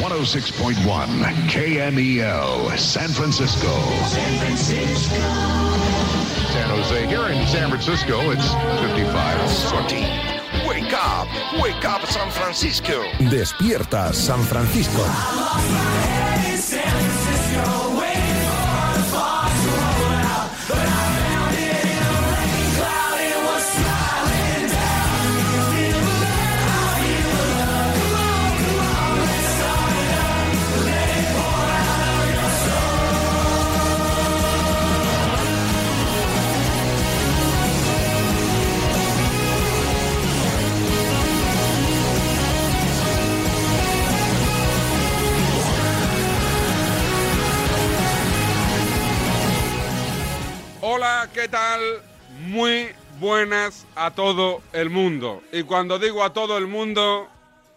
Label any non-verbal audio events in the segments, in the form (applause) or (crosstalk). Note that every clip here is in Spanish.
106.1 KMEL, E San Francisco. San Francisco. San Jose. Here in San Francisco, it's 55. Wake up, wake up San Francisco. Despierta San Francisco. Hola, ¿qué tal? Muy buenas a todo el mundo. Y cuando digo a todo el mundo,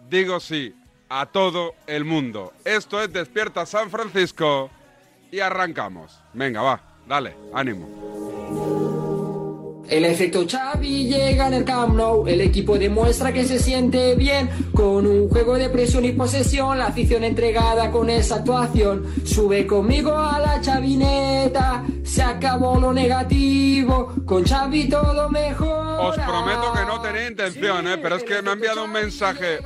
digo sí, a todo el mundo. Esto es Despierta San Francisco y arrancamos. Venga, va, dale, ánimo. El efecto Xavi llega en el Camp Nou, el equipo demuestra que se siente bien con un juego de presión y posesión, la afición entregada con esa actuación, sube conmigo a la chavineta, se acabó lo negativo, con Xavi todo mejor. Os prometo que no tenía intención, ¿eh? pero es que me ha enviado un mensaje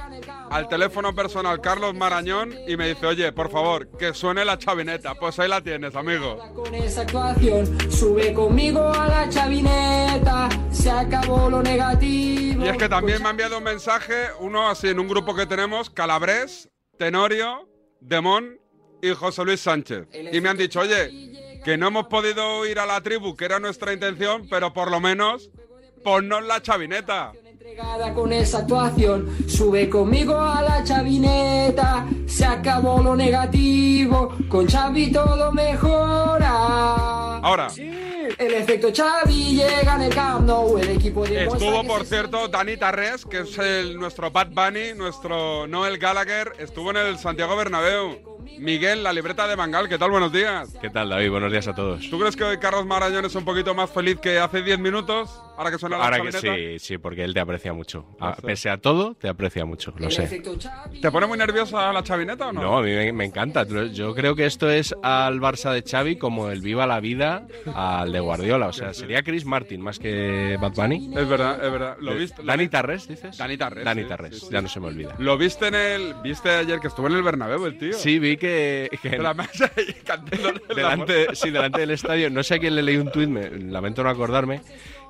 al teléfono personal Carlos Marañón y me dice, oye, por favor, que suene la chavineta. Pues ahí la tienes, amigo. Con esa actuación, sube conmigo a la chavineta, se acabó lo negativo. Y es que también me ha enviado un mensaje, uno así en un grupo que tenemos, Calabrés, Tenorio, Demón y José Luis Sánchez. Y me han dicho, oye, que no hemos podido ir a la tribu, que era nuestra intención, pero por lo menos ponnos la chavineta. Entregada con esa actuación, sube conmigo a la chavineta, se acabó lo negativo, con Xavi todo mejora. Ahora. El efecto Xavi llega en el Camp Nou, el equipo de Estuvo, por cierto, Dani Tarrés, que es el, nuestro Bad Bunny, nuestro Noel Gallagher, estuvo en el Santiago Bernabéu. Miguel, la libreta de Mangal, ¿qué tal? Buenos días. ¿Qué tal, David? Buenos días a todos. ¿Tú crees que hoy Carlos Marañón es un poquito más feliz que hace 10 minutos? Ahora que suena la Ahora que chavineta? sí, sí, porque él te aprecia mucho. A- sé. pese a todo, te aprecia mucho, lo sé. ¿Te pone muy nerviosa la chavineta o no? No, a mí me, me encanta. Yo creo que esto es al Barça de Xavi como el Viva la Vida al de Guardiola. O sea, sería Chris Martin más que Bad Bunny. Es verdad, es verdad. Lo viste. eh, Dani Tarrés, dices. Dani Tarrés, Dani sí, Tarrés, sí, sí. ya no se me olvida. Lo viste en el. Viste ayer que estuvo en el Bernabéu el tío. Sí, vi que, que De la mesa y cantándole (laughs) la delante, sí, delante del estadio. No sé a quién le leí un tuit, me- lamento no acordarme,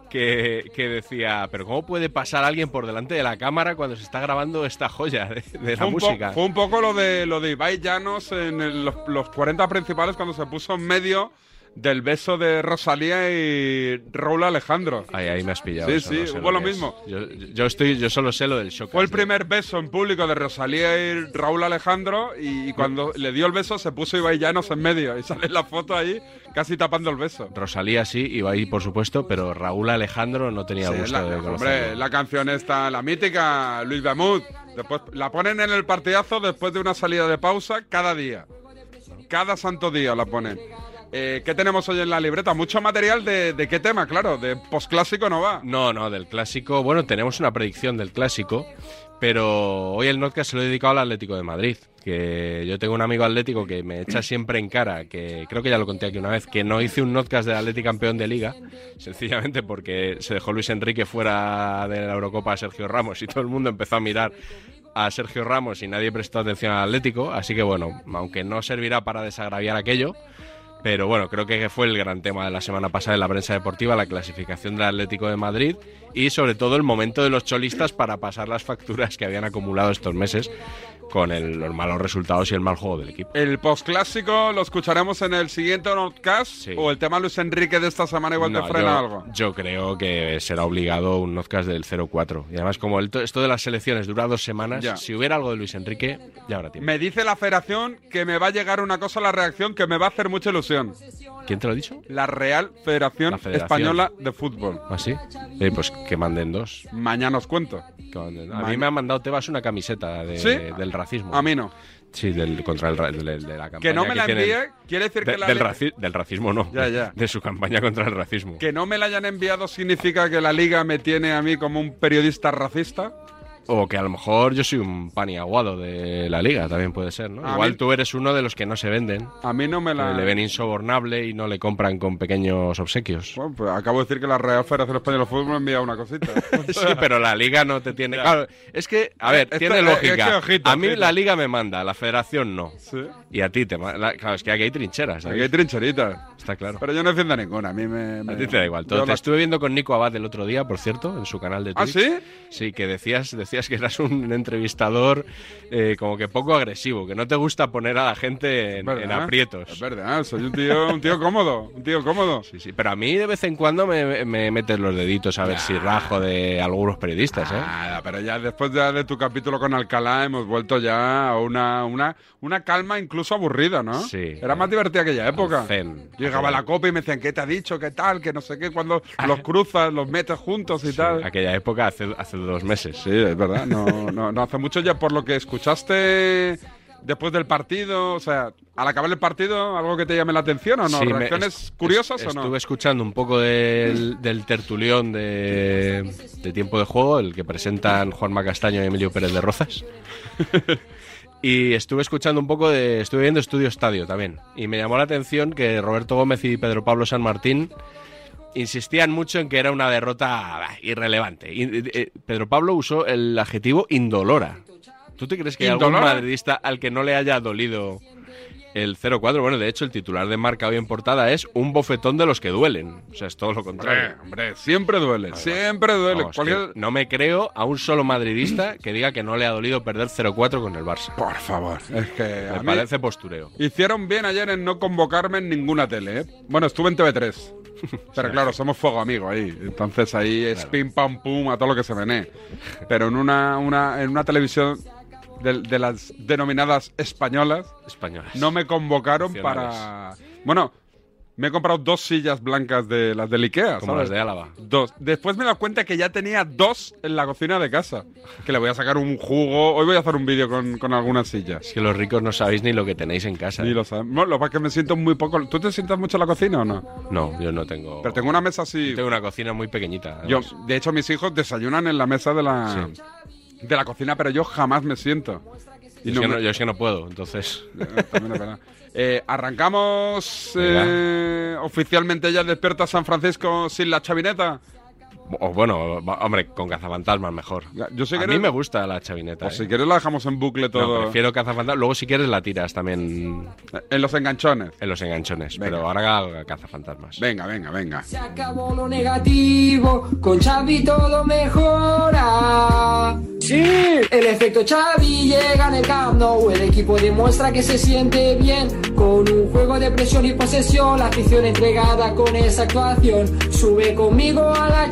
que, que decía, pero ¿cómo puede pasar alguien por delante de la cámara cuando se está grabando esta joya de, de la Fue un, po- música? fue un poco lo de lo de Ibai Llanos en el- los, los 40 principales cuando se puso en medio del beso de Rosalía y Raúl Alejandro. Ahí, ahí me has pillado. Sí, eso sí, no sé hubo lo que es. mismo. Yo, yo estoy, yo solo sé lo del shock. Fue el primer beso en público de Rosalía y Raúl Alejandro y cuando le dio el beso se puso Ibai Llanos en medio y sale la foto ahí casi tapando el beso. Rosalía sí, iba ahí por supuesto, pero Raúl Alejandro no tenía Sí, gusto la, de hombre, conocerlo. la canción esta, la mítica, Luis Bamut. Después la ponen en el partidazo después de una salida de pausa cada día. Cada santo día la ponen. Eh, ¿Qué tenemos hoy en la libreta? Mucho material de, de qué tema, claro. De posclásico no va. No, no, del clásico. Bueno, tenemos una predicción del clásico, pero hoy el Notcast se lo he dedicado al Atlético de Madrid. Que yo tengo un amigo atlético que me echa siempre en cara, que creo que ya lo conté aquí una vez, que no hice un Notcast del Atlético campeón de Liga, sencillamente porque se dejó Luis Enrique fuera de la Eurocopa a Sergio Ramos y todo el mundo empezó a mirar a Sergio Ramos y nadie prestó atención al Atlético. Así que bueno, aunque no servirá para desagraviar aquello, pero bueno, creo que fue el gran tema de la semana pasada en la prensa deportiva, la clasificación del Atlético de Madrid y sobre todo el momento de los cholistas para pasar las facturas que habían acumulado estos meses con el- los malos resultados y el mal juego del equipo. El posclásico lo escucharemos en el siguiente podcast. Sí. O el tema Luis Enrique de esta semana igual No, te frena yo, algo. yo creo que será obligado un podcast del 0-4. Y además, como el to- esto de las selecciones dura dos semanas, Ya. si hubiera algo de Luis Enrique, ya habrá tiempo. Me dice la federación que me va a llegar una cosa a la reacción que me va a hacer mucha ilusión. ¿Quién te lo ha dicho? La Real Federación, La Federación. Española de Fútbol. ¿Ah, sí? Eh, pues que manden dos. Mañana os cuento. Que manden- A mí me ha mandado Tebas una camiseta de- ¿Sí? del racismo. A mí no. Sí, del, contra el ra- del- de la campaña. Que no me la tienen- envíe quiere decir de- que la del, li- raci- del racismo no. Ya, ya. De su campaña contra el racismo. que no me la hayan enviado significa que la liga me tiene a mí como un periodista racista. O que a lo mejor yo soy un paniaguado de la liga, también puede ser, ¿no? A Igual mí- tú eres uno de los que no se venden, A mí no me que la. le ven insobornable y no le compran con pequeños obsequios. Bueno, pues acabo de decir que la Real Federación Española de Fútbol me ha enviado (laughs) una cosita. Sí, pero la liga no te tiene. Claro, es que, a ver, Esto- tiene es que, lógica. ojito, a mí ojito. la liga me manda, la federación no. Sí. Y a ti te ma- la- Claro, es que aquí hay trincheras, Aquí hay ¿sabes? trincheritas. Está claro. Pero yo no defiendo ninguna. A mí me. me- A ti te da igual. todo. yo Te la- estuve viendo con Nico Abad el otro día, por cierto, en su canal de ¿Ah, Twitch. sí? Sí, que decías, decías que eras un entrevistador eh, como que poco agresivo, que no te gusta poner a la gente en, ¿Verdad? en aprietos. Es verdad, soy un tío, un tío cómodo. Un tío cómodo. Sí, sí, pero a mí de vez en cuando me, me metes los deditos a ver si rajo de algunos periodistas, ¿eh? Nada, pero ya después ya de tu capítulo con Alcalá hemos vuelto ya a una, una, una calma incluso aburrida, ¿no? Sí. Era más divertida aquella época. Al zen. Yo llegaba a la copa y me decían, ¿qué te ha dicho? ¿Qué tal? Que no sé qué, cuando Ah. los cruzas, los metes juntos y tal. Aquella época hace, hace dos meses. Sí, es verdad. No, no, no hace mucho ya por lo que escuchaste después del partido, o sea, al acabar el partido, algo que te llame la atención o no, Sí, me- reacciones est- curiosas est- o no. Estuve escuchando un poco del, del tertulión de, de tiempo de juego, el que presentan Juanma Castaño y Emilio Pérez de (laughs) Rozas. y estuve escuchando un poco de. Estuve viendo Estudio Estadio también. Y me llamó la atención que Roberto Gómez y Pedro Pablo San Martín insistían mucho en que era una derrota bah, irrelevante. Y- y- eh, Pedro Pablo usó el adjetivo indolora. ¿Tú te crees que hay algún ¿Indolora? madridista al que no le haya dolido el 0-4? Bueno, de hecho, el titular de marca hoy en portada es un bofetón de los que duelen. O sea, es todo lo Hombre, contrario. hombre, siempre duele, siempre duele. Vamos, Cualquier- que No me creo a un solo madridista que diga que no le ha dolido perder 0-4 con el Barça. Por favor, es que Pues, a Me mí- parece postureo. Hicieron bien ayer en no convocarme en ninguna tele, ¿eh? Bueno, estuve en TV3. (laughs) Pero claro, somos fuego amigo ahí. Entonces ahí es pim pam pum a todo lo que se menee. Pero en una, una- en una televisión de, de las denominadas españolas, Españolas. no me convocaron Nacionales. para. Bueno, me he comprado dos sillas blancas de las del Ikea, Como las ¿sabes? de Álava. Dos. Después me he dado cuenta que ya tenía dos en la cocina de casa. Que le voy a sacar un jugo. Hoy voy a hacer un vídeo con, con algunas sillas. Es que los ricos no sabéis ni lo que tenéis en casa. ¿eh? Ni lo saben. Bueno, lo que pasa es que me siento muy poco. ¿Tú te sientas mucho en la cocina o no? No, yo no tengo. Pero tengo una mesa así. tengo una cocina muy pequeñita. Yo, además. de hecho, mis hijos desayunan en la mesa de la, de la cocina, pero yo jamás me siento. Yo Y es no que me- no- yo es que no puedo, entonces. (laughs) Eh, también es verdad. Eh, arrancamos Venga. eh, oficialmente ya despierta San Francisco sin la chavineta. O bueno, va- hombre, con cazafantasmas mejor. Ya, yo sé a que mí eres- me gusta la chavineta. Pues eh. si quieres la dejamos en bucle No, todo. prefiero cazafantasmas. Luego, si quieres, la tiras también Eh, En los enganchones. en los enganchones. Venga. Pero ahora hago cazafantasmas. Venga, venga, venga. Se acabó lo negativo, con Xavi todo mejora. Sí, el efecto Xavi llega en el Camp Nou, el equipo demuestra que se siente bien con un juego de presión y posesión, la afición entregada con esa actuación. Sube conmigo a la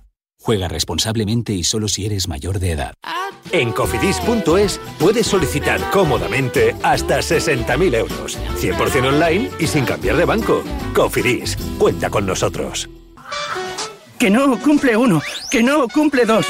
Juega responsablemente y solo si eres mayor de edad. En cofidis.es puedes solicitar cómodamente hasta 60.000 euros, 100% online y sin cambiar de banco. Cofidis, cuenta con nosotros. Que no cumple uno, que no cumple dos.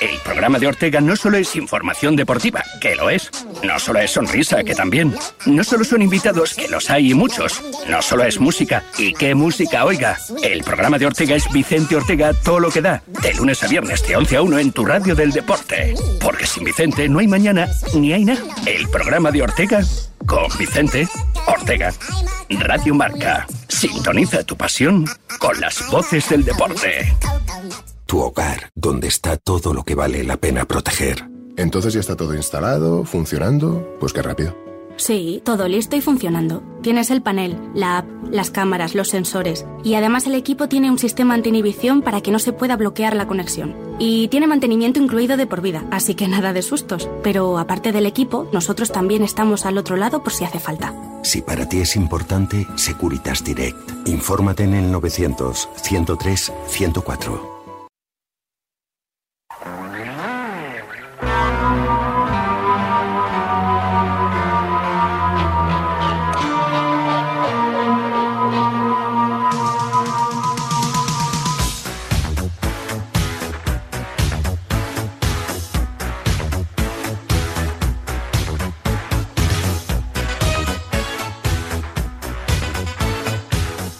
El programa de Ortega no solo es información deportiva, que lo es. No solo es sonrisa, que también. No solo son invitados, que los hay y muchos. No solo es música, y qué música, oiga. El programa de Ortega es Vicente Ortega todo lo que da. De lunes a viernes de 11 a 1 en tu radio del deporte. Porque sin Vicente no hay mañana, ni hay nada. El programa de Ortega con Vicente Ortega. Radio Marca. Sintoniza tu pasión con las voces del deporte. Tu hogar, donde está todo lo que vale la pena proteger. Entonces ya está todo instalado, funcionando, pues qué rápido. Sí, todo listo y funcionando. Tienes el panel, la app, las cámaras, los sensores y además el equipo tiene un sistema anti-inhibición para que no se pueda bloquear la conexión. Y tiene mantenimiento incluido de por vida, así que nada de sustos. Pero aparte del equipo, nosotros también estamos al otro lado por si hace falta. Si para ti es importante, Securitas Direct. Infórmate en el 900 103 104.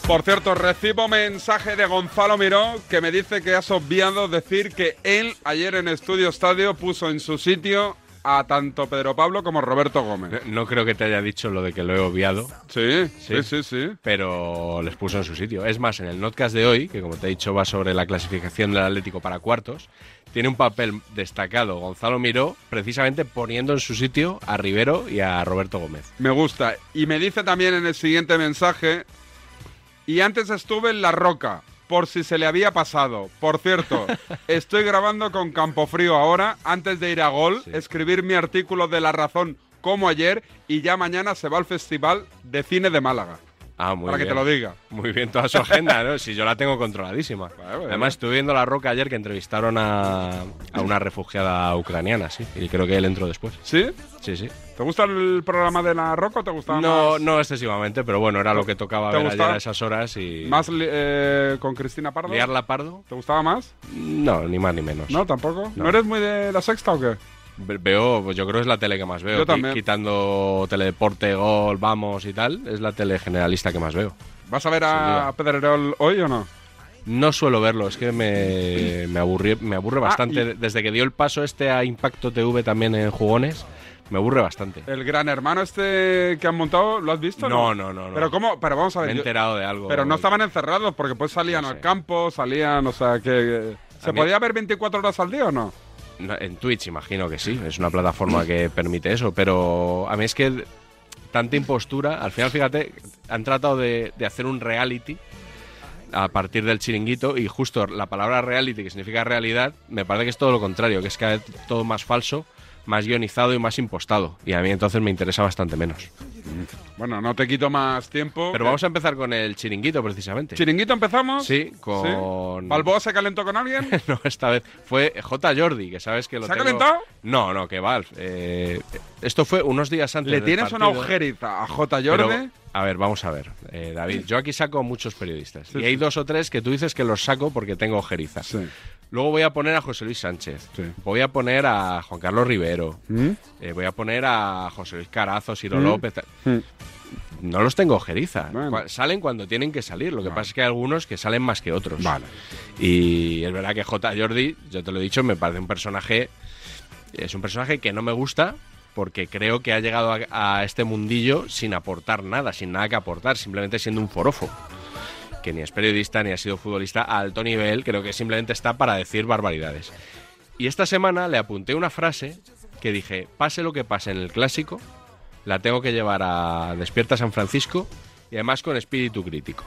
Por cierto, recibo mensaje de Gonzalo Miró que me dice que has obviado decir que él ayer en Estudio Estadio puso en su sitio a tanto Pedro Pablo como Roberto Gómez. Eh, No creo que te haya dicho lo de que lo he obviado. Sí, sí, sí, sí. Pero les puso en su sitio. Es más, en el notcast de hoy, que como te he dicho va sobre la clasificación del Atlético para cuartos, tiene un papel destacado Gonzalo Miró, precisamente poniendo en su sitio a Rivero y a Roberto Gómez. Me gusta. Y me dice también en el siguiente mensaje, y antes estuve en La Roca, por si se le había pasado. Por cierto, estoy grabando con Campofrío ahora, antes de ir a Gol, escribir mi artículo de La Razón como ayer y ya mañana se va al Festival de Cine de Málaga. Ah, muy Para que bien. te lo diga. Muy bien toda su agenda, ¿no? Si yo la tengo controladísima. (laughs) Además, estuve viendo La Roca ayer que entrevistaron a, a una refugiada ucraniana, sí. Y creo que él entró después. ¿Sí? Sí, sí. ¿Te gusta el programa de La Roca o te gusta No, más, no excesivamente, pero bueno, era lo que tocaba ¿Te ver ayer gusta? a esas horas y... más li- eh, con Cristina Pardo? ¿Liarla Pardo? ¿Te gustaba más? No, ni más ni menos. No, tampoco. No. ¿No eres muy de La Sexta o qué? Ve- Veo, pues yo creo que es la tele que más veo. Yo Qui- también. Quitando teledeporte, gol, vamos y tal, es la tele generalista que más veo. ¿Vas a ver a Pedrerol hoy o no? No suelo verlo, es que me, me, aburrí- me aburre Ah, bastante. y- Desde que dio el paso este a Impacto TV también en jugones, me aburre bastante. El gran hermano este que han montado, ¿lo has visto? No, no, no, no. Pero cómo, pero vamos a Me he ver. yo- enterado de algo. Pero no estaban encerrados porque pues salían al campo, salían, o sea que se A mí- podía ver 24 horas al día o no? No, En Twitch imagino que sí, es una plataforma que permite eso, pero a mí es que tanta impostura, al final fíjate, han tratado de, de hacer un reality a partir del chiringuito y justo la palabra reality, que significa realidad, me parece que es todo lo contrario, que es cada vez todo más falso, más guionizado y más impostado, y a mí entonces me interesa bastante menos. Bueno, no te quito más tiempo. Pero vamos a empezar con el chiringuito precisamente. Chiringuito empezamos. Sí, con... ¿Balboa se calentó con alguien? (laughs) (laughs) no, esta vez fue J. Jordi, que sabes que lo ¿Se ha tengo- calentado? No, no, que va. eh, esto fue unos días antes Le del tienes una partido. ojeriza a J. Pero, Jordi. a ver, vamos a ver, eh, David. Yo aquí saco a muchos periodistas. Sí, y hay sí. dos o tres que tú dices que los saco porque tengo ojerizas. Luego voy a poner a José Luis Sánchez. Voy a poner a Juan Carlos Rivero. Eh, voy a poner a José Luis Carazo, Ciro Mm. López. tal. No los tengo ojeriza. Bueno. Cua- Salen cuando tienen que salir. Lo que pasa es que hay algunos que salen más que otros. Y es verdad que J. Jordi, yo te lo he dicho, me parece un personaje. Es un personaje que no me gusta porque creo que ha llegado a, a este mundillo sin aportar nada, sin nada que aportar, simplemente siendo un forofo. Que ni es periodista ni ha sido futbolista a alto nivel, creo que simplemente está para decir barbaridades. Y esta semana le apunté una frase que dije, pase lo que pase en el clásico, la tengo que llevar a Despierta San Francisco y además con espíritu crítico.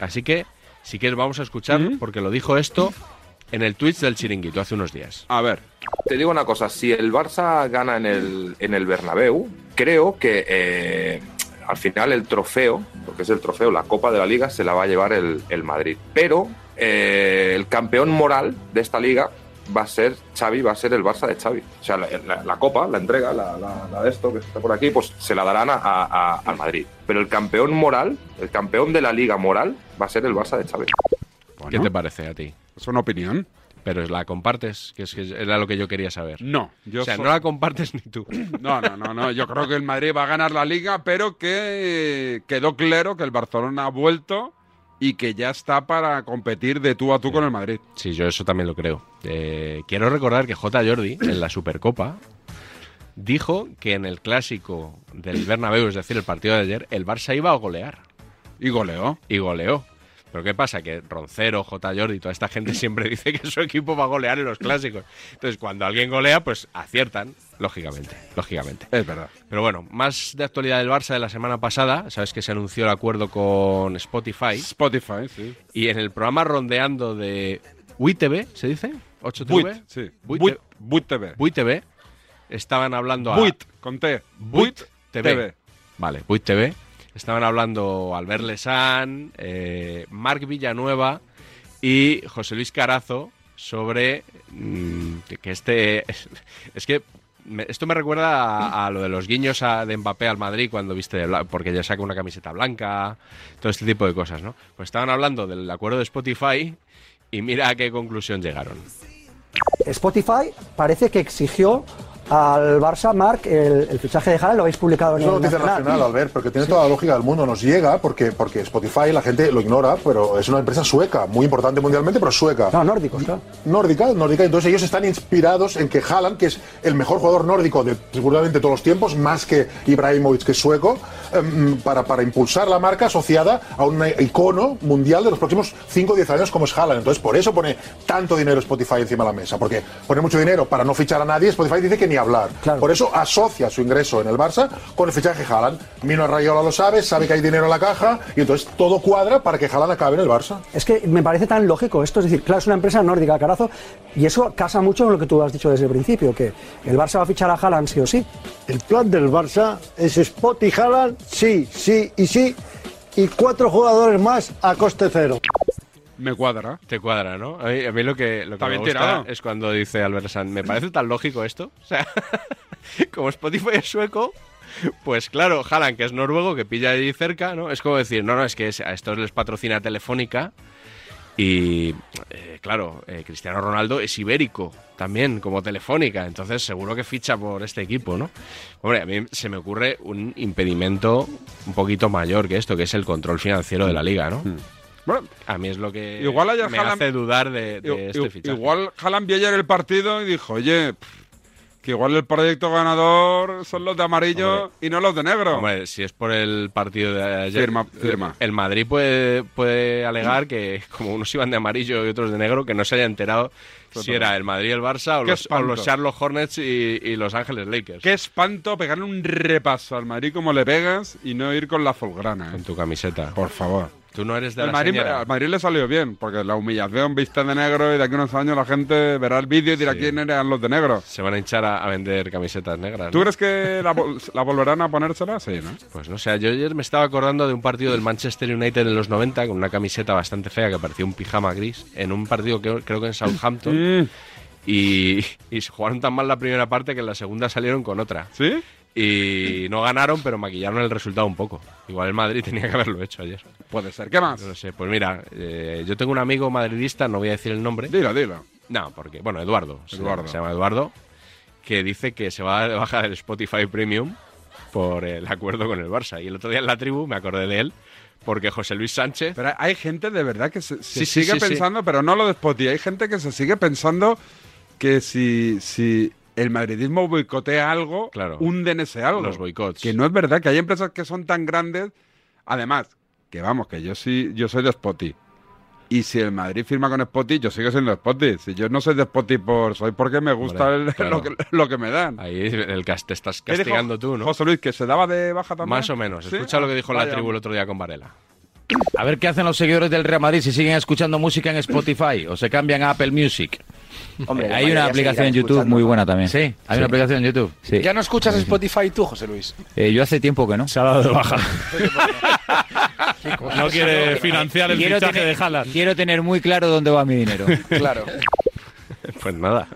Así que, si quieres, vamos a escuchar porque lo dijo esto en el Twitch del Chiringuito hace unos días. A ver. Te digo una cosa, si el Barça gana en el, en el Bernabéu, creo que eh, al final el trofeo, lo que es el trofeo, la Copa de la Liga, se la va a llevar el, el Madrid. Pero eh, el campeón moral de esta liga va a ser Xavi, va a ser el Barça de Xavi. O sea, la, la- la Copa, la entrega, la, la- la de esto que está por aquí, pues se la darán a, a- a- al Madrid. Pero el campeón moral, el campeón de la liga moral, va a ser el Barça de Xavi. ¿Qué te parece a ti? Es una opinión. Pero la compartes, que es que era lo que yo quería saber. No, yo o sea, so- no la compartes ni tú. (laughs) No, no, no, no. Yo creo que el Madrid va a ganar la liga, pero que quedó claro que el Barcelona ha vuelto y que ya está para competir de tú a tú con el Madrid. Sí, yo eso también lo creo. Eh, quiero recordar que J. Jordi, en la Supercopa, dijo que en el clásico del Bernabéu, es decir, el partido de ayer, el Barça iba a golear. Y goleó. Y goleó. Pero ¿qué pasa? Que Roncero, J. Jordi, toda esta gente siempre (laughs) dice que su equipo va a golear en los clásicos. Entonces, cuando alguien golea, pues aciertan, lógicamente, lógicamente. Es verdad. Pero bueno, más de actualidad del Barça de la semana pasada. Sabes que se anunció el acuerdo con Spotify. Spotify, sí. Y en el programa Rondeando de WITV, ¿se dice? ¿8TV? Buit, sí. Buit, Buit TV. Buit TV. Estaban hablando a. Buit, con T. Buit TV. Vale, Buit TV. Estaban hablando Albert Lesan, eh, Marc Villanueva y José Luis Carazo sobre mm, que- que este. Es que me- esto me recuerda a, a lo de los guiños a- de Mbappé al Madrid cuando viste de bla- porque ya saca una camiseta blanca, todo este tipo de cosas, ¿no? Pues estaban hablando del acuerdo de Spotify y mira a qué conclusión llegaron. Spotify parece que exigió al Barça, Mark, el, el fichaje de Haaland, lo habéis publicado en Es una el noticia nacional, Albert, porque tiene toda la lógica del mundo. Nos llega porque, porque Spotify, la gente lo ignora, pero es una empresa sueca, muy importante mundialmente, pero sueca. No, nórdicos, claro. Nórdica, nórdica. Entonces ellos están inspirados en que Haaland, que es el mejor jugador nórdico de seguramente todos los tiempos, más que Ibrahimovic, que es sueco, em, para, para impulsar la marca asociada a un icono mundial de los próximos 5 o 10 años como es Haaland. Entonces por eso pone tanto dinero Spotify encima de la mesa, porque pone mucho dinero para no fichar a nadie, Spotify dice que ni hablar. Por eso asocia su ingreso en el Barça con el fichaje de Haaland. Mino Rayola lo sabe, sabe que hay dinero en la caja y entonces todo cuadra para que Haaland acabe en el Barça. Es que me parece tan lógico esto, es decir, claro, es una empresa nórdica, carazo, y eso casa mucho con lo que tú has dicho desde el principio, que el Barça va a fichar a Haaland sí o sí. El plan del Barça es Spot y Haaland, sí, sí y sí, y cuatro jugadores más a coste cero. Me cuadra. Te cuadra, ¿no? A mí, a mí lo que, lo que Está me bien gusta tirado. es cuando dice Albert San, me parece tan lógico esto. O sea, (laughs) como Spotify es sueco, pues claro, Haaland, que es noruego, que pilla ahí cerca, ¿no? Es como decir, no, no, es que es- a estos les patrocina Telefónica. Y eh, claro, eh, Cristiano Ronaldo es ibérico también, como Telefónica. Entonces seguro que ficha por este equipo, ¿no? Hombre, a mí se me ocurre un impedimento un poquito mayor que esto, que es el control financiero de la liga, ¿no? Bueno, A mí es lo que Igual haya me Haaland- hace dudar de, de I- este i- fichaje. Igual Haaland vio ayer el partido y dijo, oye, pff, que igual el proyecto ganador son los de amarillo y no los de negro. Hombre, si es por el partido de ayer, Firma, firma. el Madrid puede, puede alegar que como unos iban de amarillo y otros de negro, que no se haya enterado si Totalmente. era el Madrid y el Barça o Qué los, o los espanto. Charlotte Hornets y, y los Ángeles Lakers. Qué espanto pegarle un repaso al Madrid como le pegas y no ir con la folgrana. Con tu camiseta. Por favor. Tú no eres de El la Madrid, señora. al Madrid le salió bien, porque la humillación viste de negro y de aquí a unos años la gente verá el vídeo y dirá quién eran los de negro. Se van a hinchar a, a vender camisetas negras. ¿Tú ¿no? crees que la, vol- (laughs) la volverán a ponérsela? Sí, ¿no? Pues no sé, yo ayer me estaba acordando de un partido del Manchester United en los 90 con una camiseta bastante fea que parecía un pijama gris, en un partido que creo que en Southampton. y, y se jugaron tan mal la primera parte que en la segunda salieron con otra. ¿Sí? Y no ganaron, pero maquillaron el resultado un poco. Igual el Madrid tenía que haberlo hecho ayer. Puede ser. ¿Qué más? No lo sé. Pues mira, eh, yo tengo un amigo madridista, no voy a decir el nombre. Dilo, dilo. No, porque, bueno, Eduardo. se llama- Eduardo. Se llama Eduardo, que dice que se va a bajar el Spotify Premium por el acuerdo con el Barça. Y el otro día en la tribu me acordé de él, porque José Luis Sánchez. Pero hay gente de verdad que se, se Sí, sí, sigue sí, sí. pensando, pero no lo despotía. Hay gente que se sigue pensando que si, si el madridismo boicotea algo, Claro. hunden ese algo. Los boicots. Que no es verdad, que hay empresas que son tan grandes. Además, que vamos, que yo sí, yo soy de Spotty. Y si el Madrid firma con Spotty, yo sigo siendo Spotty. Si yo no soy de Spotty por soy porque me gusta Hombre, el- (laughs) claro. lo, que, lo que me dan. Ahí el cas- te estás ¿Qué dijo castigando tú, ¿no? José Luis, que se daba de baja también. Más o menos. ¿Sí? Ah, Escucha lo que dijo la Vaya. tribu el otro día con Varela. A ver qué hacen los seguidores del Real Madrid si siguen escuchando música en Spotify o se cambian a Apple Music. Hombre, Eh, la hay una mayoría aplicación en seguirán YouTube muy buena también. Sí, hay Sí. una aplicación en YouTube. Sí. ¿Ya no escuchas Spotify tú, José Luis? Eh, yo hace tiempo que no. Se ha dado de baja. No quiere financiar el fichaje tener, de Haaland. Quiero tener muy claro dónde va mi (laughs) dinero. Claro. (laughs) Pues nada.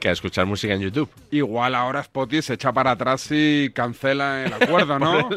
que a escuchar música en YouTube. (laughs) Igual ahora Spotty se echa para atrás y cancela el (laughs) acuerdo, ¿no?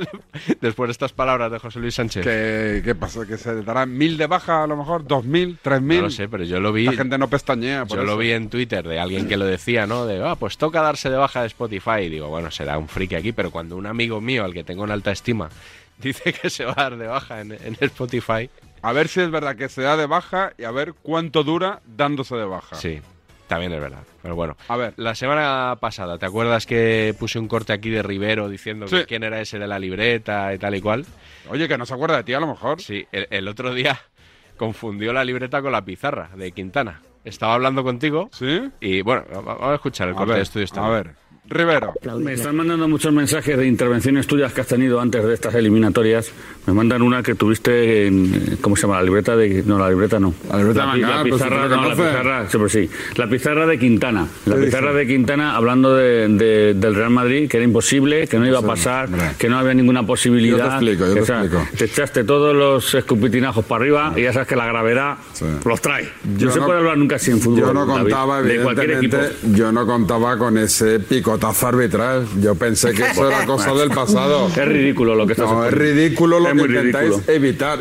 Después de estas palabras de José Luis Sánchez. ¿Qué, qué pasa? ¿Que se darán mil de baja a lo mejor? ¿Dos mil? ¿Tres mil? No lo sé, pero yo lo vi. La gente no pestañea. por Yo lo eso. vi en Twitter de alguien que lo decía, ¿no? De, ah, pues toca darse de baja de Spotify. Y digo, bueno, será un friki aquí, pero cuando un amigo mío, al que tengo en alta estima, (laughs) dice que se va a dar de baja en, en Spotify. A ver si es verdad que se da de baja y a ver cuánto dura dándose de baja. Sí, también es verdad. Pero bueno, Ah. A ver. la semana pasada, ¿te acuerdas que puse un corte aquí de Rivero diciendo que Sí. quién era ese de la libreta y tal y cual? Oye, que no se acuerda de ti a lo mejor. Sí, el, el otro día (laughs) confundió la libreta con la pizarra de Quintana. Estaba hablando contigo. Sí. Y bueno, va- va- vamos a escuchar el corte de estudios a ver. Rivero. Me están mandando muchos mensajes de intervenciones tuyas que has tenido antes de estas eliminatorias. Me mandan una que tuviste en. ¿Cómo se llama? La libreta de. No, la libreta no. La libreta de pi- Macar, pero si pizarra, tú la no, la conoces. pizarra. sí, pero sí. La pizarra de Quintana. La ¿Qué pizarra dice? de Quintana hablando de- de- del Real Madrid, que era imposible, que no iba a pasar, que no había ninguna posibilidad. Yo te explico, yo te O sea, explico. Te echaste todos los escupitinajos para arriba y ya sabes que la gravedad los trae. no se puede hablar nunca así en fútbol. Yo no David, contaba, de cualquier equipo. evidentemente, yo no contaba con ese picotazo arbitral. Yo pensé que eso era cosa del pasado. (laughs) Es ridículo lo que estás No, es haciendo. ridículo lo Es que muy intentáis ridículo. evitar.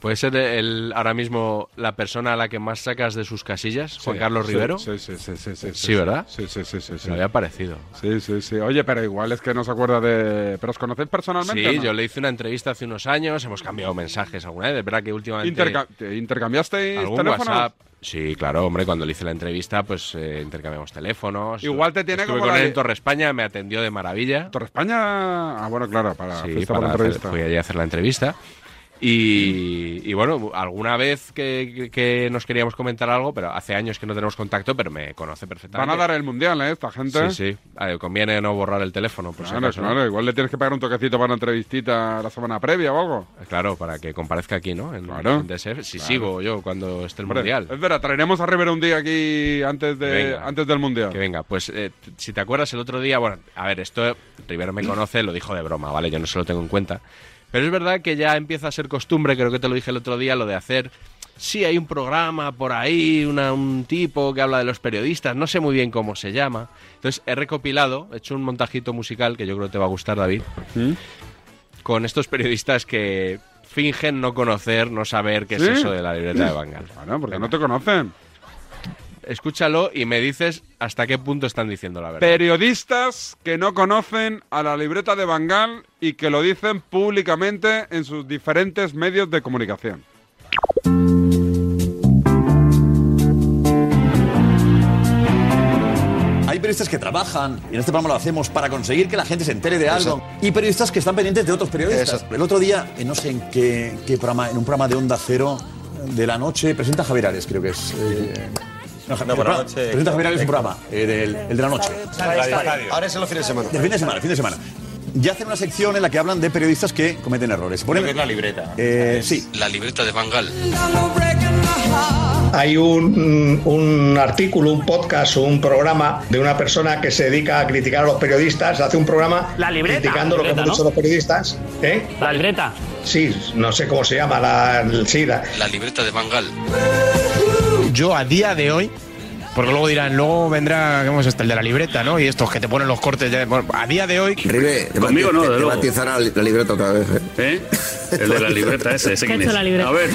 ¿Puede ser el, ahora mismo la persona a la que más sacas de sus casillas, Juan Sí, Carlos sí, Rivero? Sí, sí, sí, sí, sí. Sí, ¿verdad? Sí, sí, sí, sí. sí. Me había parecido. Sí, sí, sí. Oye, pero igual es que no se acuerda de... ¿Pero os conocéis personalmente? Sí, o no? yo le hice una entrevista hace unos años, hemos cambiado mensajes alguna vez, es verdad que últimamente... Interca- ¿te este ¿Intercambiasteis algún teléfonos? WhatsApp. Sí, claro, hombre, cuando le hice la entrevista, pues eh, intercambiamos teléfonos. Igual te tiene Estuve como con la- él en Torre España, me atendió de maravilla. ¿Torre España? Ah, bueno, claro, para... Sí, fuiste para por la hacer- entrevista. fui allí a hacer la entrevista. Y, y bueno, alguna vez que, que nos queríamos comentar algo, pero hace años que no tenemos contacto, pero me conoce Van perfectamente. a dar el mundial, ¿eh? Esta gente. Sí, sí. A ver, conviene no borrar el teléfono, por si Claro, acaso, ¿no? claro, igual le tienes que pagar un toquecito para una entrevistita la semana previa o algo. Claro, para que comparezca aquí, ¿no? En, Claro. en DSF. Si Claro. sigo yo cuando esté el Hombre, mundial. Espera, traeremos a Rivero un día aquí antes de Venga. antes del mundial. Que venga, pues eh, t- si te acuerdas el otro día, bueno, a ver, esto Rivero me conoce, lo dijo de broma, ¿vale? Yo no se lo tengo en cuenta. Pero es verdad que ya empieza a ser costumbre, creo que te lo dije el otro día, lo de hacer. Sí, hay un programa por ahí, una- un tipo que habla de los periodistas, no sé muy bien cómo se llama. Entonces he recopilado, he hecho un montajito musical que yo creo que te va a gustar, David, con estos periodistas que fingen no conocer, no saber qué ¿Sí? es eso de la libreta de Bangal. Bueno, porque no te conocen. Escúchalo y me dices hasta qué punto están diciendo la verdad. Periodistas que no conocen a la libreta de Bangal y que lo dicen públicamente en sus diferentes medios de comunicación. Hay periodistas que trabajan, y en este programa lo hacemos para conseguir que la gente se entere de algo. Y periodistas que están pendientes de otros periodistas. El otro día, eh, no sé en qué, qué programa, en un programa de Onda Cero eh, de la noche, presenta Javier Ares, creo que es. eh, No, no, Javier- por la el programa- noche, Presenta Javier Ares un eh, programa, eh, del- el de la noche. Ahora es en los fines de semana. El fin de semana, el fin de semana. Y hacen una sección en la que hablan de periodistas que cometen errores. Ponen- Eh, sí. La libreta de Bangal. Hay un, un artículo, un podcast o un programa de una persona que se dedica a criticar a los periodistas, hace un programa La libreta, criticando la lo que libreta, han ¿no? hecho los periodistas. ¿eh? La libreta. Sí, no sé cómo se llama, la, el- sí, la- La libreta de Bangal. Yo a día de hoy, porque luego dirán, luego vendrá, ¿cómo es este? El de la libreta, ¿no? Y estos que te ponen los cortes. ya- bueno, a día de hoy. Ribe, te Conmigo batiz- no, de te luego. batizará la libreta otra vez. ¿Eh? El de la libreta ese, ese quién es. A ver.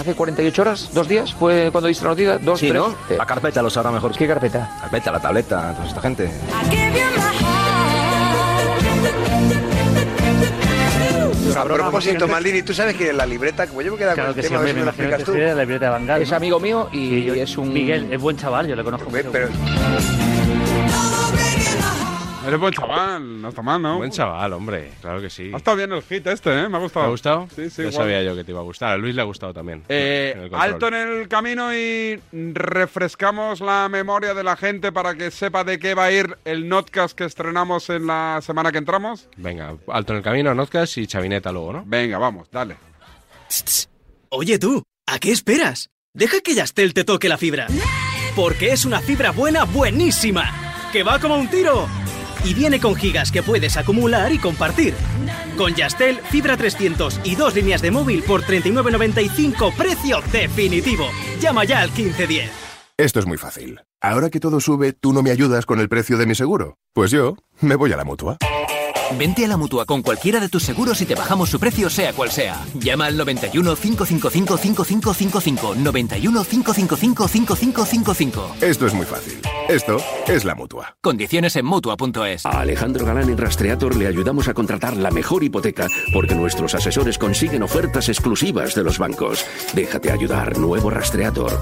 Hace 48 horas, dos días, fue cuando diste la noticia, dos, Sí, tres. eh, ¿no? Eh, La carpeta lo sabrá mejor. ¿Qué carpeta? Carpeta, la tableta, toda esta gente. A propósito, Maldini, tú sabes que la libreta, como yo me he quedado Claro con que el sí, tema, a ver hombre, si me me lo imagino que explicas tú. sí, era la libreta de Van Gaal. Es amigo mío y es un... Miguel, es buen chaval, yo le conozco. Pero Eres buen chaval, no está mal, ¿no? Buen chaval, hombre, claro que sí. Ha estado bien el hit este, ¿eh? Me ha ¿Te gustado. ha gustado? Sí, sí, Ya guau. sabía yo que te iba a gustar. A Luis le ha gustado también. Eh, En el control. alto en el camino y refrescamos la memoria de la gente para que sepa de qué va a ir el notcast que estrenamos en la semana que entramos. Venga, alto en el camino, Notcas y Chavineta luego, ¿no? Venga, vamos, dale. Oye tú, ¿a qué esperas? Deja que Yastel te toque la fibra. Porque es una fibra buena, buenísima, que va como un tiro. Y viene con gigas que puedes acumular y compartir. Con Yastel, fibra 300 y dos líneas de móvil por 39.95, precio definitivo. Llama ya al 1510. Esto es muy fácil. Ahora que todo sube, ¿tú no me ayudas con el precio de mi seguro? Pues yo me voy a la mutua. Vente a la mutua con cualquiera de tus seguros y te bajamos su precio, sea cual sea. Llama al 91 555 5555. 91 555 5555. Esto es muy fácil. Esto es la mutua. Condiciones en mutua.es. A Alejandro Galán en Rastreator le ayudamos a contratar la mejor hipoteca porque nuestros asesores consiguen ofertas exclusivas de los bancos. Déjate ayudar, nuevo Rastreator.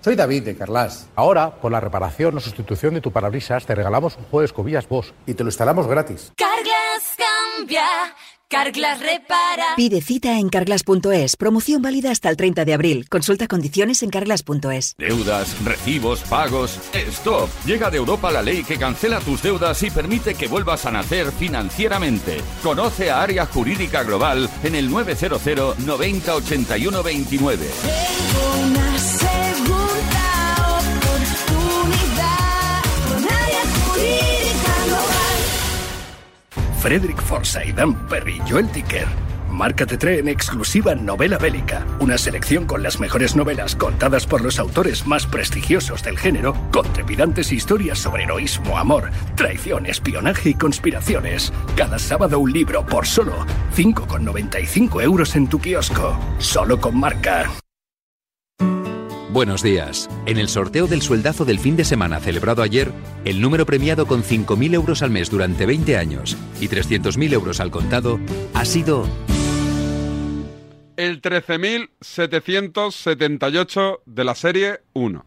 Soy David de Carlas. Ahora, por la reparación o sustitución de tu parabrisas, te regalamos un juego de escobillas Bosch y te lo instalamos gratis. Carglass cambia, Carglass repara. Pide cita en carglass.es. Promoción válida hasta el 30 de abril. Consulta condiciones en carglass.es. Deudas, recibos, pagos. ¡Stop! Llega de Europa la ley que cancela tus deudas y permite que vuelvas a nacer financieramente. Conoce a Área Jurídica Global en el 900 90 81 29. Una segunda oportunidad con área jurídica global. Frederick Forsyth, Dan Perry, Joel Dicker. Marca T3 en exclusiva Novela Bélica, una selección con las mejores novelas contadas por los autores más prestigiosos del género, con trepidantes historias sobre heroísmo, amor, traición, espionaje y conspiraciones. Cada sábado un libro por solo 5,95 euros en tu kiosco, solo con marca. Buenos días. En el sorteo del sueldazo del fin de semana celebrado ayer, el número premiado con 5.000 euros al mes durante 20 años y 300.000 euros al contado ha sido El 13.778 de la serie 1.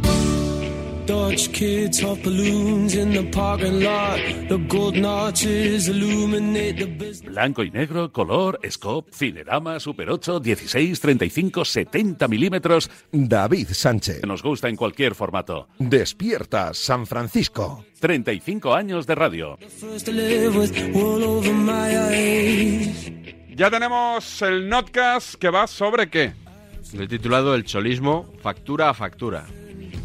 Dutch kids hot balloons in the parking lot. The golden arches illuminate the business. Blanco y negro, color, scope, cinerama, super 8, 16, 35, 70 milímetros. David Sánchez. Nos gusta en cualquier formato. Despierta San Francisco. 35 años de radio. First to live with wool over my eyes. Ya tenemos el Notcast que va sobre qué. Lo he titulado El cholismo factura a factura.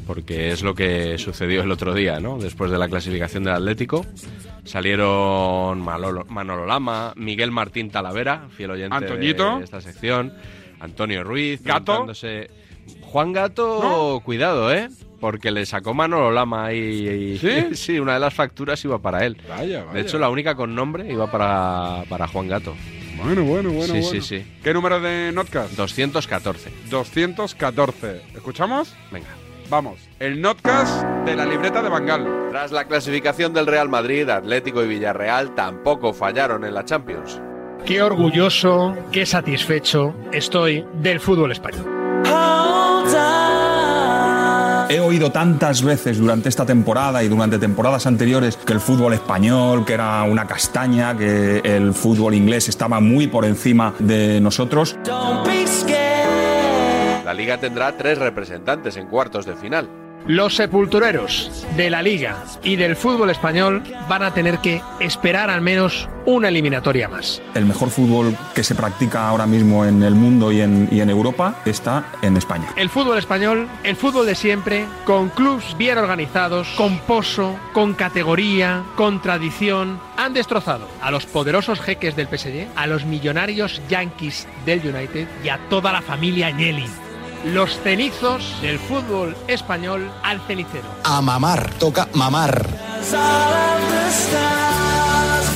Porque es lo que sucedió el otro día, ¿no? Después de la clasificación del Atlético. Salieron Malolo- Manolo Lama, Miguel Martín Talavera, fiel oyente Antoñito. de esta sección, Antonio Ruiz, Gato. preguntándose- Juan Gato, cuidado, ¿eh? Porque le sacó Manolo Lama ahí. y- (laughs) ¿Sí? una de las facturas iba para él. vaya. De hecho, la única con nombre iba para, para Juan Gato. Bueno, bueno, bueno. sí, sí, bueno. sí. ¿Qué número de Notcast? 214. 214. ¿Escuchamos? Venga. Vamos. El Notcast de la libreta de Bangal. Tras la clasificación del Real Madrid, Atlético y Villarreal tampoco fallaron en la Champions. Qué orgulloso, qué satisfecho estoy del fútbol español. He oído tantas veces durante esta temporada y durante temporadas anteriores que el fútbol español, que era una castaña, que el fútbol inglés estaba muy por encima de nosotros. La liga tendrá tres representantes en cuartos de final. Los sepultureros de la liga y del fútbol español van a tener que esperar al menos una eliminatoria más. El mejor fútbol que se practica ahora mismo en el mundo y en, y en Europa está en España. El fútbol español, el fútbol de siempre, con clubs bien organizados, con pozo, con categoría, con tradición, han destrozado a los poderosos jeques del PSG, a los millonarios yankees del United y a toda la familia Agnelli. Los cenizos del fútbol español al cenicero. A mamar, toca mamar.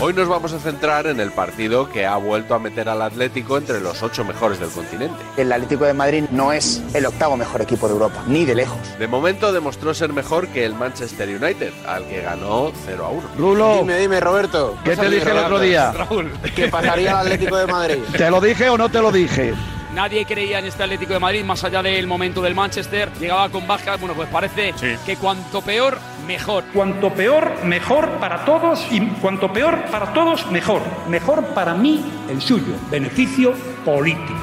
Hoy nos vamos a centrar en el partido que ha vuelto a meter al Atlético entre los ocho mejores del continente. El Atlético de Madrid no es el octavo mejor equipo de Europa, ni de lejos. De momento demostró ser mejor que el Manchester United, al que ganó 0 a 1. Dime, dime, Roberto. ¿Qué te dije el otro día? Raúl. Que pasaría el Atlético de Madrid. ¿Te lo dije o no te lo dije? Nadie creía en este Atlético de Madrid, más allá del momento del Manchester. Llegaba con bajas, bueno, pues parece que cuanto peor, mejor. Cuanto peor, mejor para todos y cuanto peor para todos, mejor. Mejor para mí, el suyo. Beneficio político.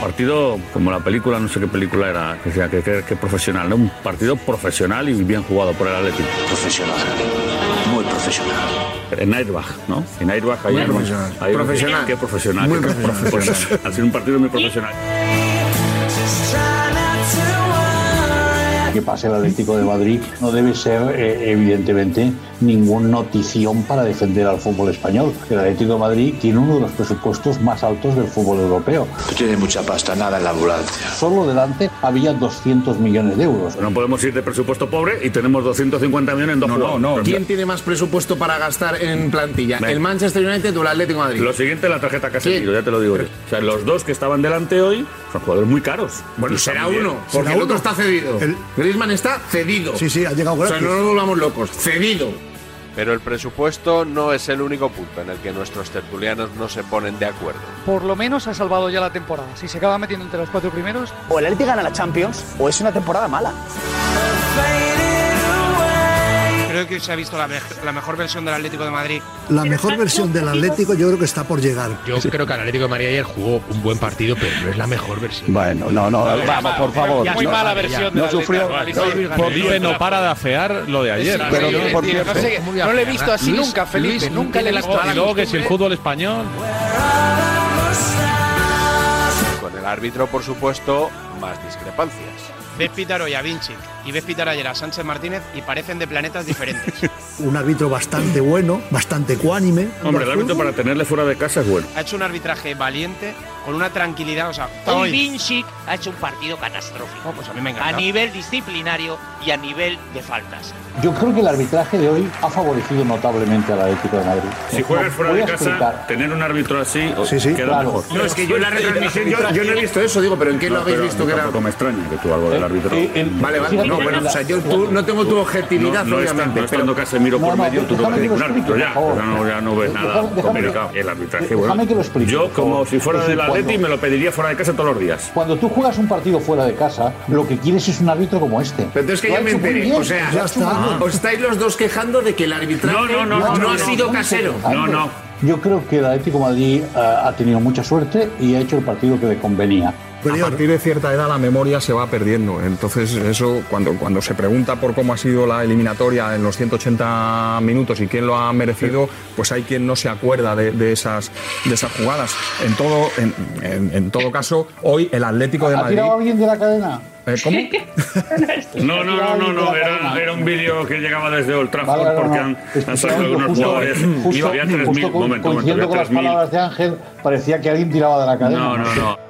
Partido como la película, no sé qué película era, que sea que, que- que profesional, ¿no? Un partido profesional y bien jugado por el Atlético. Profesional, muy profesional. En Airbag, ¿no? En Airbag hay Muy un- profesional. hay un- Profesional. Qué profesional. Muy qué Pues, profesional. (laughs) Ha sido un partido muy profesional. que pase el Atlético de Madrid no debe ser, eh, evidentemente, ningún notición para defender al fútbol español. El Atlético de Madrid tiene uno de los presupuestos más altos del fútbol europeo. Tú tienes mucha pasta, nada en la ambulancia. Solo delante había 200 millones de euros. Pues No podemos ir de presupuesto pobre y tenemos 250 millones en dos jugadores. Pues ¿Quién tiene más presupuesto para gastar en plantilla? Venga. ¿El Manchester United o el Atlético de Madrid? Lo siguiente, la tarjeta Casemiro, ya te lo digo yo. O sea, los dos que estaban delante hoy son jugadores muy caros. Bueno, Y será también- uno, porque el otro está cedido. El- El Griezmann está cedido. Sí, sí, ha llegado O sea, gratis. no nos volvamos locos, cedido. Pero el presupuesto no es el único punto en el que nuestros tertulianos no se ponen de acuerdo. Por lo menos ha salvado ya la temporada. Si se acaba metiendo entre los cuatro primeros, O el Atlético gana la Champions o es una temporada mala. Creo que se ha visto la, mej- la mejor versión del Atlético de Madrid. La mejor versión del Atlético yo creo que está por llegar. Yo creo que el Atlético de Madrid ayer jugó un buen partido, pero no es la mejor versión. Bueno, no, no, vamos, por favor. Muy mala versión No del sufrió- Atlético. no, Luis por- García. no para de afear lo de ayer. Sí, Pero, sí, por sí, cierto. no sé, no le he visto así nunca, Felipe, nunca le he visto Y así. luego que si el fútbol español. Con el árbitro, por supuesto, más discrepancias. Ves pitar hoy a Vinci y ves pitar ayer a Sánchez Martínez y parecen de planetas diferentes. Un árbitro bastante bueno, bastante ecuánime. Hombre, el árbitro para tenerle fuera de casa es bueno. ha hecho un arbitraje valiente, con una tranquilidad, o sea, Hoy hoy- Vincic ha hecho un partido catastrófico. pues a mí me a encanta. nivel disciplinario y a nivel de faltas. Yo creo que el arbitraje de hoy ha favorecido notablemente al Atlético de Madrid. Si juegas fuera Voy de a explicar. casa, tener un árbitro así o- Sí, sí, queda claro. mejor. No, es que yo en la retransmisión- yo- yo no he visto eso, digo, pero ¿en qué lo habéis pero visto a mí que era? Tampoco me extraña que tú algo Eh, del árbitro. Vale, vale, no, bueno, o sea, yo tú- no tengo tu objetividad, No, no está- obviamente, no está pero- dando Casemiro No, por no, medio, tú no déjame ves que lo un árbitro explique, ya. por favor. pero No, ya no ves nada Déjame- déjame- complicado. El arbitraje, bueno. déjame que lo explique, Yo, por como favor. si fuera Es del decir, Atleti, cuando- me lo pediría fuera de casa todos los días. Cuando tú juegas un partido fuera de casa, lo que quieres es un árbitro como este. Pero Es que ya me enteré. O sea, os estáis los dos quejando de que el arbitraje No, no, no, no, no, ha no, sido no, casero. no, no. Yo creo que el Atlético de Madrid eh, ha tenido mucha suerte y ha hecho el partido que le convenía. A partir de cierta edad la memoria se va perdiendo. Entonces eso, cuando, cuando se pregunta por cómo ha sido la eliminatoria en los 180 minutos y quién lo ha merecido, pues hay quien no se acuerda de, de esas, de esas jugadas. En todo, en, en- en todo caso, hoy el Atlético de ¿Ha Madrid... tirado alguien de la cadena? Eh, ¿Cómo? No, no, no, no, no. Era, era un vídeo que llegaba desde Old Trafford Vale, no, porque no. han, Es han sacado que justo- algunos justo- jugadores. y justo- había justo 3.000. con- Momento, momento. Coincidiendo con Había las 3.000. palabras de Ángel, parecía que alguien tiraba de la cadena. No, no, no.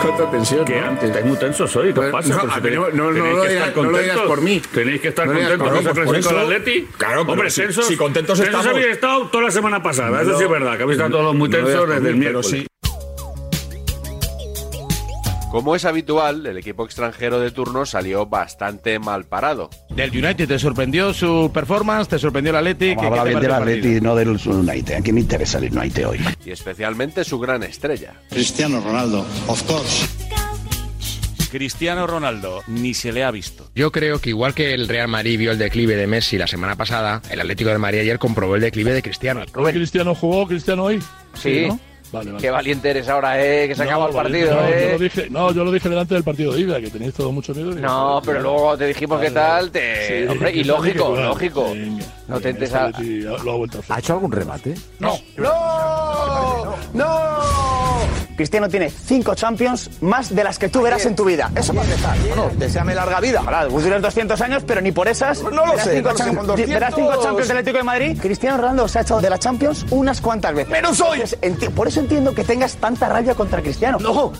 ¿Cuánta tensión? Que antes, estáis muy tensos hoy, ¿qué os Pero- pasa? no, Pero si a mí no- no- no tenéis lo que digas- estar no lo contentos. digas por mí. Tenéis que estar No lo digas contentos con por esa mí, pues por clasificación del eso- Atleti. Claro, pero Hombre, si- tensos. si contentos tensos estamos. habéis estado toda la semana pasada, eso No, sí es verdad, que habéis estado todos muy no lo tensos digas por desde el mí, pero miércoles. Como es habitual, el equipo extranjero de turno salió bastante mal parado. Del United te sorprendió su performance, te sorprendió el Atleti. ¿qué- Habla qué te bien del parece el Atleti, no del United. ¿A quién me interesa el United hoy? Y especialmente su gran estrella. Cristiano Ronaldo, of course. Cristiano Ronaldo, ni se le ha visto. Yo creo que igual que el Real Madrid vio el declive de Messi la semana pasada, el Atlético de Madrid ayer comprobó el declive de Cristiano. Cristiano jugó, Cristiano hoy. Sí. ¿no? Vale, vale. Qué valiente eres ahora, eh, que se acabó el partido, no, eh. Yo lo dije, no, yo lo dije delante del partido de Ibra, que tenéis todo mucho miedo. No, pero luego te dijimos qué tal, te... Sí, hombre, que y sale que lógico, jugar. lógico. No te entres a... ¿Ha hecho algún remate? ¡No! ¡No! Cristiano tiene cinco Champions más de las que tú verás en tu vida. Eso para empezar. Bueno, deseame larga vida. Ojalá, duren 200 años, pero ni por esas. No lo verás sé, Cinco no lo sé, Champions- con Verás 200. cinco Champions del Atlético de Madrid. Cristiano Ronaldo se ha echado de la Champions unas cuantas veces. ¡Pero soy! Entonces, enti- por eso entiendo que tengas tanta rabia contra Cristiano. ¡No!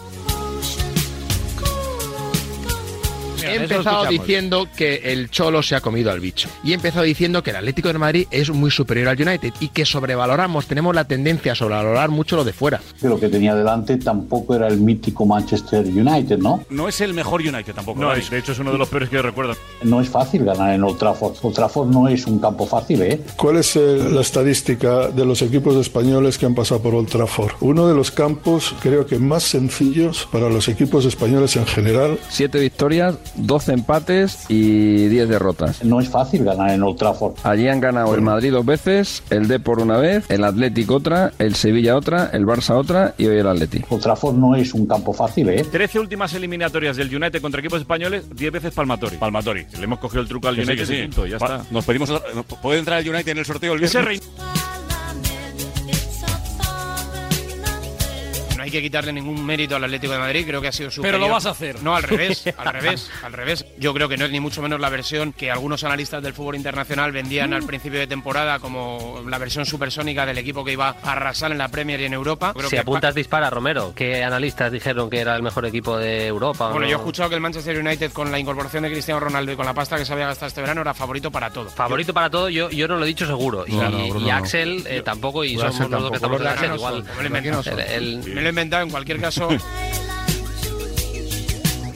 He eso empezado escuchamos. diciendo que el Cholo se ha comido al bicho. Y he empezado diciendo que el Atlético de Madrid es muy superior al United y que sobrevaloramos, tenemos la tendencia a sobrevalorar mucho lo de fuera. Que lo que tenía delante tampoco era el mítico Manchester United, ¿no? No es el mejor United tampoco. No, de hecho es uno de los peores que recuerdo. No es fácil ganar en Old Trafford. Old Trafford no es un campo fácil, ¿eh? ¿Cuál es eh, la estadística de los equipos españoles que han pasado por Old Trafford? Uno de los campos, creo que más sencillos para los equipos españoles en general. Siete victorias, 12 empates y 10 derrotas. No es fácil ganar en Old Trafford. Allí han ganado el Madrid dos veces, el Depor una vez, el Atlético otra, el Sevilla otra, el Barça otra y hoy el Atlético. Old Trafford no es un campo fácil, ¿eh? 13 últimas eliminatorias del United contra equipos españoles, 10 veces Palmatori. Palmatori. Le hemos cogido el truco al Que sí, United que sí. y punto, ya Pa- está. Nos pedimos otra- no, ¿Puede entrar el United en el sorteo el Ese viernes? No hay que quitarle ningún mérito al Atlético de Madrid, creo que ha sido Pero superior. lo vas a hacer. No, al (laughs) revés, al revés, al revés. Yo creo que no es ni mucho menos la versión que algunos analistas del fútbol internacional vendían Mm. al principio de temporada como la versión supersónica del equipo que iba a arrasar en la Premier y en Europa. Creo si que apuntas, dispara, Romero. ¿Qué analistas dijeron que era el mejor equipo de Europa? o Bueno, no? yo he escuchado que el Manchester United con la incorporación de Cristiano Ronaldo y con la pasta que se había gastado este verano era favorito para todo. Favorito para todo, yo, yo no lo he dicho seguro. Y, No, no, Bruno, y no. Axel eh, tampoco, y Yo- somos Axel los dos que tampoco. estamos Los de en Axel acá no igual. son, hombre, me imagino El- son. el- Me lo he inventado en cualquier caso.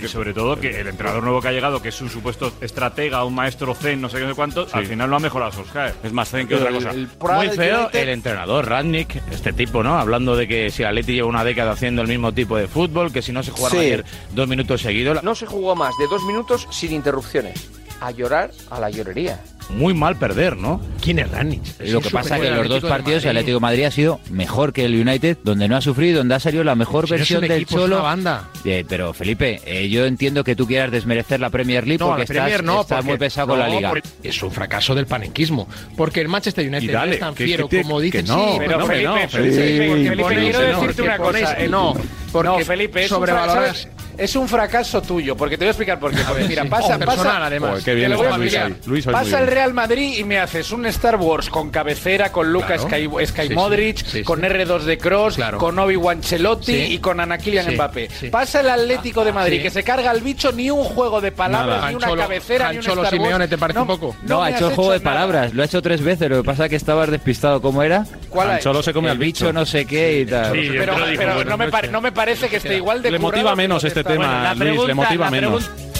Y sobre todo que el entrenador nuevo que ha llegado, que es un supuesto estratega, un maestro zen, no sé qué, no sé cuánto, al final no ha mejorado a Solskjaer. Es más zen que otra cosa. Muy feo el entrenador, Radnik, este tipo, ¿no? Hablando de que si el Atleti lleva una década haciendo el mismo tipo de fútbol, que si no se jugaron Sí. ayer dos minutos seguidos, la- No se jugó más de dos minutos sin interrupciones. A llorar a la llorería. muy mal perder, ¿no? ¿Quién es Radnik? Lo que pasa es que en los dos partidos el Atlético de Madrid ha sido mejor que el United, donde no ha sufrido, donde ha salido la mejor Si no es versión un del equipo, es Cholo. una banda. Eh, pero Felipe, eh, yo entiendo que tú quieras desmerecer la Premier League No, porque la estás, Premier no, estás porque- muy pesado con no, la Liga. porque Es un fracaso del panenquismo. Porque el Manchester United Y dale, no es tan que- fiero que- como que dicen. no, sí, pero porque Felipe, no, Felipe, Felipe, porque porque Felipe, ponéis- quiero decirte porque una cosa, ponéis- eh, No, porque no, Felipe, es un, sobrevaloráis- fracaso, es un fracaso tuyo, porque te voy a explicar por qué. Porque mira, sí. pasa, Oh, pasa, personal, además. Joder, qué bien te lo voy está a Luis explicar. ahí. Luis hoy muy pasa el bien. Real Madrid y me haces un Star Wars con cabecera, con Lucas Sky, Claro. Sky Sí, sí. Modric, Sí, sí. con R2 de Cross, Claro. con Obi-Wan Chelotti Sí. y con Ana Kylian Sí, Mbappé. sí. Pasa el Atlético de Madrid, sí. que se carga al bicho ni un juego de palabras, Nada. ni una Ancholo- cabecera, ni un Ancholo Star Wars. Simeone, ¿te parece No, poco? No, No, me ha has hecho el juego de nada. palabras, lo ha hecho tres veces, lo que pasa es que estabas despistado. ¿Cómo era? ¿Cuál ha Ancholo hecho? se come el al bicho, bicho. no sé qué y tal. Sí, pero pero no, me pare- no me parece que esté igual de Le motiva currado que menos lo que este está- tema, la Luis, le pregunta- motiva la menos. pregunta-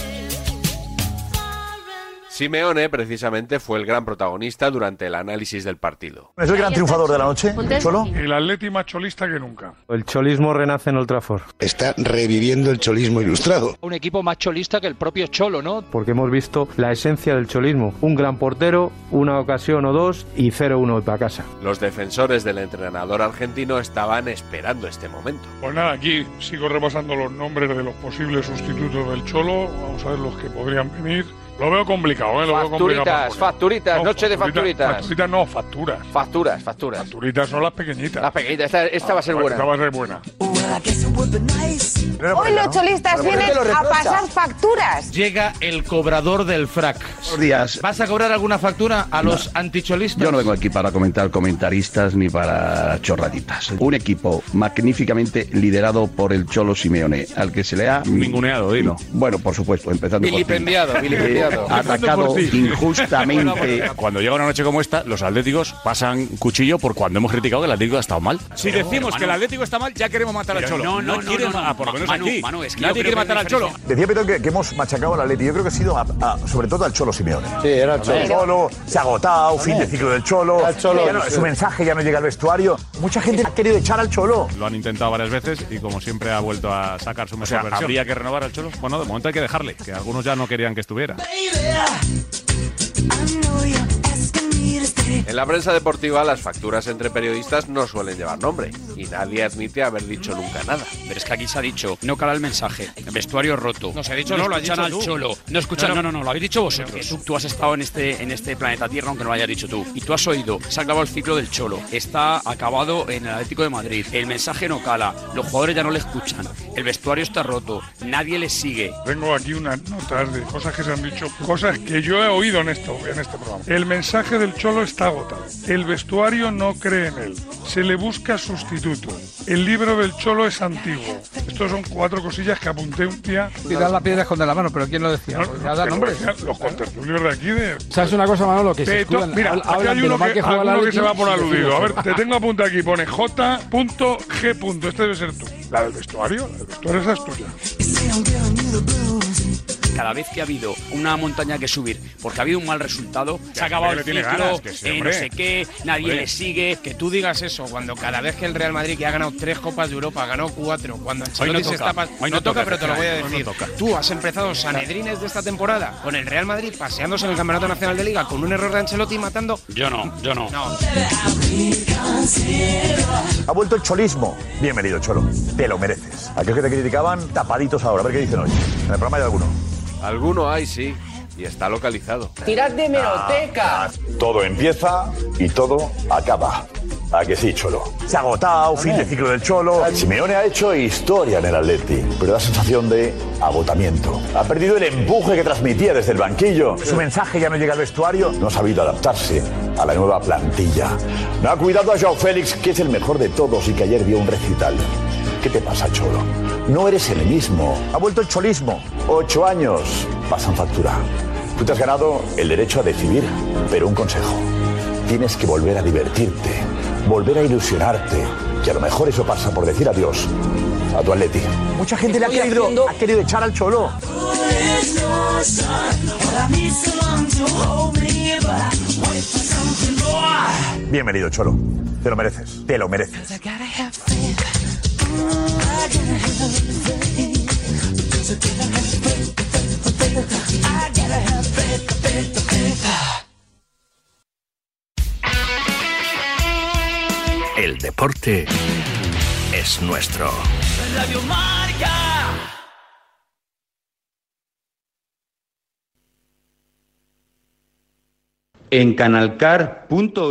Simeone, precisamente, fue el gran protagonista durante el análisis del partido. ¿Es el gran triunfador de la noche, Cholo? El atleti más cholista que nunca. El cholismo renace en Old Trafford. Está reviviendo el cholismo ilustrado. Un equipo más cholista que el propio Cholo, ¿no? Porque hemos visto la esencia del cholismo. Un gran portero, una ocasión o dos y 0-1 y para casa. Los defensores del entrenador argentino estaban esperando este momento. Pues nada, aquí sigo repasando los nombres de los posibles sustitutos del Cholo. Vamos a ver los que podrían venir. Lo veo complicado, ¿eh? Lo veo complicado para Facturitas, Polonia. facturitas, No, noche de facturitas, facturitas. Facturitas no, facturas. Facturas, facturas. Facturitas son las pequeñitas. Las pequeñitas, esta, esta va a ser Ah, buena. Esta va a ser buena. Hoy los cholistas vienen a pasar facturas. Llega el cobrador del frac. Buenos días. ¿Vas a cobrar alguna factura a los anticholistas? Yo no vengo aquí para comentar comentaristas ni para chorraditas. Un equipo magníficamente liderado por el Cholo Simeone, al que se le ha... Ninguneado, dilo. Bueno, por supuesto, empezando por ti. Vilipendiado, Eh, vilipendiado. Atacado Empezando por ti. (laughs) injustamente. Cuando llega una noche como esta, los atléticos pasan cuchillo por cuando hemos criticado que el atlético ha estado mal. Si decimos que el Atlético está mal, ya queremos matar al Pero Cholo. no, no, no, quieren- no, no. ah, por lo menos Manu, aquí. Manu, es que yo creo Nadie quiere que matar es al Cholo. Decía Pedro que, que hemos machacado al Atleti. Yo creo que ha sido a- a- sobre todo al Cholo Simeone. Sí, era el Cholo. Cholo, se ha agotado, fin de ciclo del Cholo. Al Cholo, Ya no- sí. Su mensaje ya no llega al vestuario. Mucha gente ha querido echar al Cholo. Lo han intentado varias veces y como siempre ha vuelto a sacar su mejor versión. ¿Habría que renovar al Cholo? Bueno, de momento hay que dejarle, que algunos ya no querían que estuviera. En la prensa deportiva las facturas entre periodistas no suelen llevar nombre y nadie admite haber dicho nunca nada. Pero es que aquí se ha dicho, no cala el mensaje, vestuario roto. No se ha dicho, no, lo has escuchan dicho al tú. cholo. No escuchan, No, no, no. no, no, lo habéis dicho vosotros. Tú, tú has estado en este, en este planeta Tierra, aunque no lo hayas dicho tú. Y tú has oído, se ha acabado el ciclo del cholo. Está acabado en el Atlético de Madrid. El mensaje no cala. Los jugadores ya no le escuchan. El vestuario está roto. Nadie le sigue. Tengo aquí una Notas de cosas que se han dicho, cosas que yo he oído en, esto, en este programa. El mensaje del Cholo está agotado. El vestuario no cree en él. Se le busca sustituto. El libro del Cholo es antiguo. Estos son cuatro cosillas que apunté un día. Tirar la piedra esconde la mano, pero ¿quién lo decía? No, Pues no, ya da que nombre. lo decían Los contertulios de aquí de... ¿Sabes una cosa, Manolo? Que se Beto- escudan, mira, hab- aquí hablan hay de lo uno, mal que, que juega el alguno Atleti que se va por sin decirlo. aludido. A ver, te tengo apuntado aquí. Pone J.G. Este debe ser tú. La del vestuario. La del vestuario esa es tuya. Cada vez que ha habido una montaña que subir, porque ha habido un mal resultado, se ha que acabado le el tiene ciclo, ganas, que sí, eh, no hombre. sé qué, nadie Hombre. le sigue. Que tú digas eso cuando cada vez que el Real Madrid que ha ganado tres copas de Europa ganó cuatro cuando Ancelotti no se toca, está pas- hoy no, no toca toca, pero te lo voy a hoy no decir toca. tú has empezado Sanedrines de esta temporada con el Real Madrid paseándose en el campeonato nacional de Liga con un error de Ancelotti y matando Yo no, yo no. Ha vuelto el cholismo. Bienvenido, Cholo. Te lo mereces. Aquellos que te criticaban, tapaditos ahora. A ver qué dicen hoy. En el programa hay alguno. Alguno hay, sí, y está localizado. Tirad de meroteca. Todo empieza y todo acaba. ¿A que sí, Cholo? Se ha agotado, fin de ciclo del Cholo. Simeone ha hecho historia en el Atleti, pero da sensación de agotamiento. Ha perdido el empuje que transmitía desde el banquillo. Su mensaje ya no llega al vestuario. No ha sabido adaptarse a la nueva plantilla. No ha cuidado a Joao Félix, que es el mejor de todos y que ayer dio un recital. ¿Qué te pasa, Cholo? No eres el mismo. Ha vuelto el cholismo. Ocho años pasan factura. Tú te has ganado el derecho a decidir, pero un consejo. Tienes que volver a divertirte, volver a ilusionarte, Y a lo mejor eso pasa por decir adiós a tu Atleti. Mucha gente le ha querido, ha querido echar al Cholo. Bienvenido, Cholo. Te lo mereces. Te lo mereces. El deporte es nuestro. Radio Marca. En canalcar.es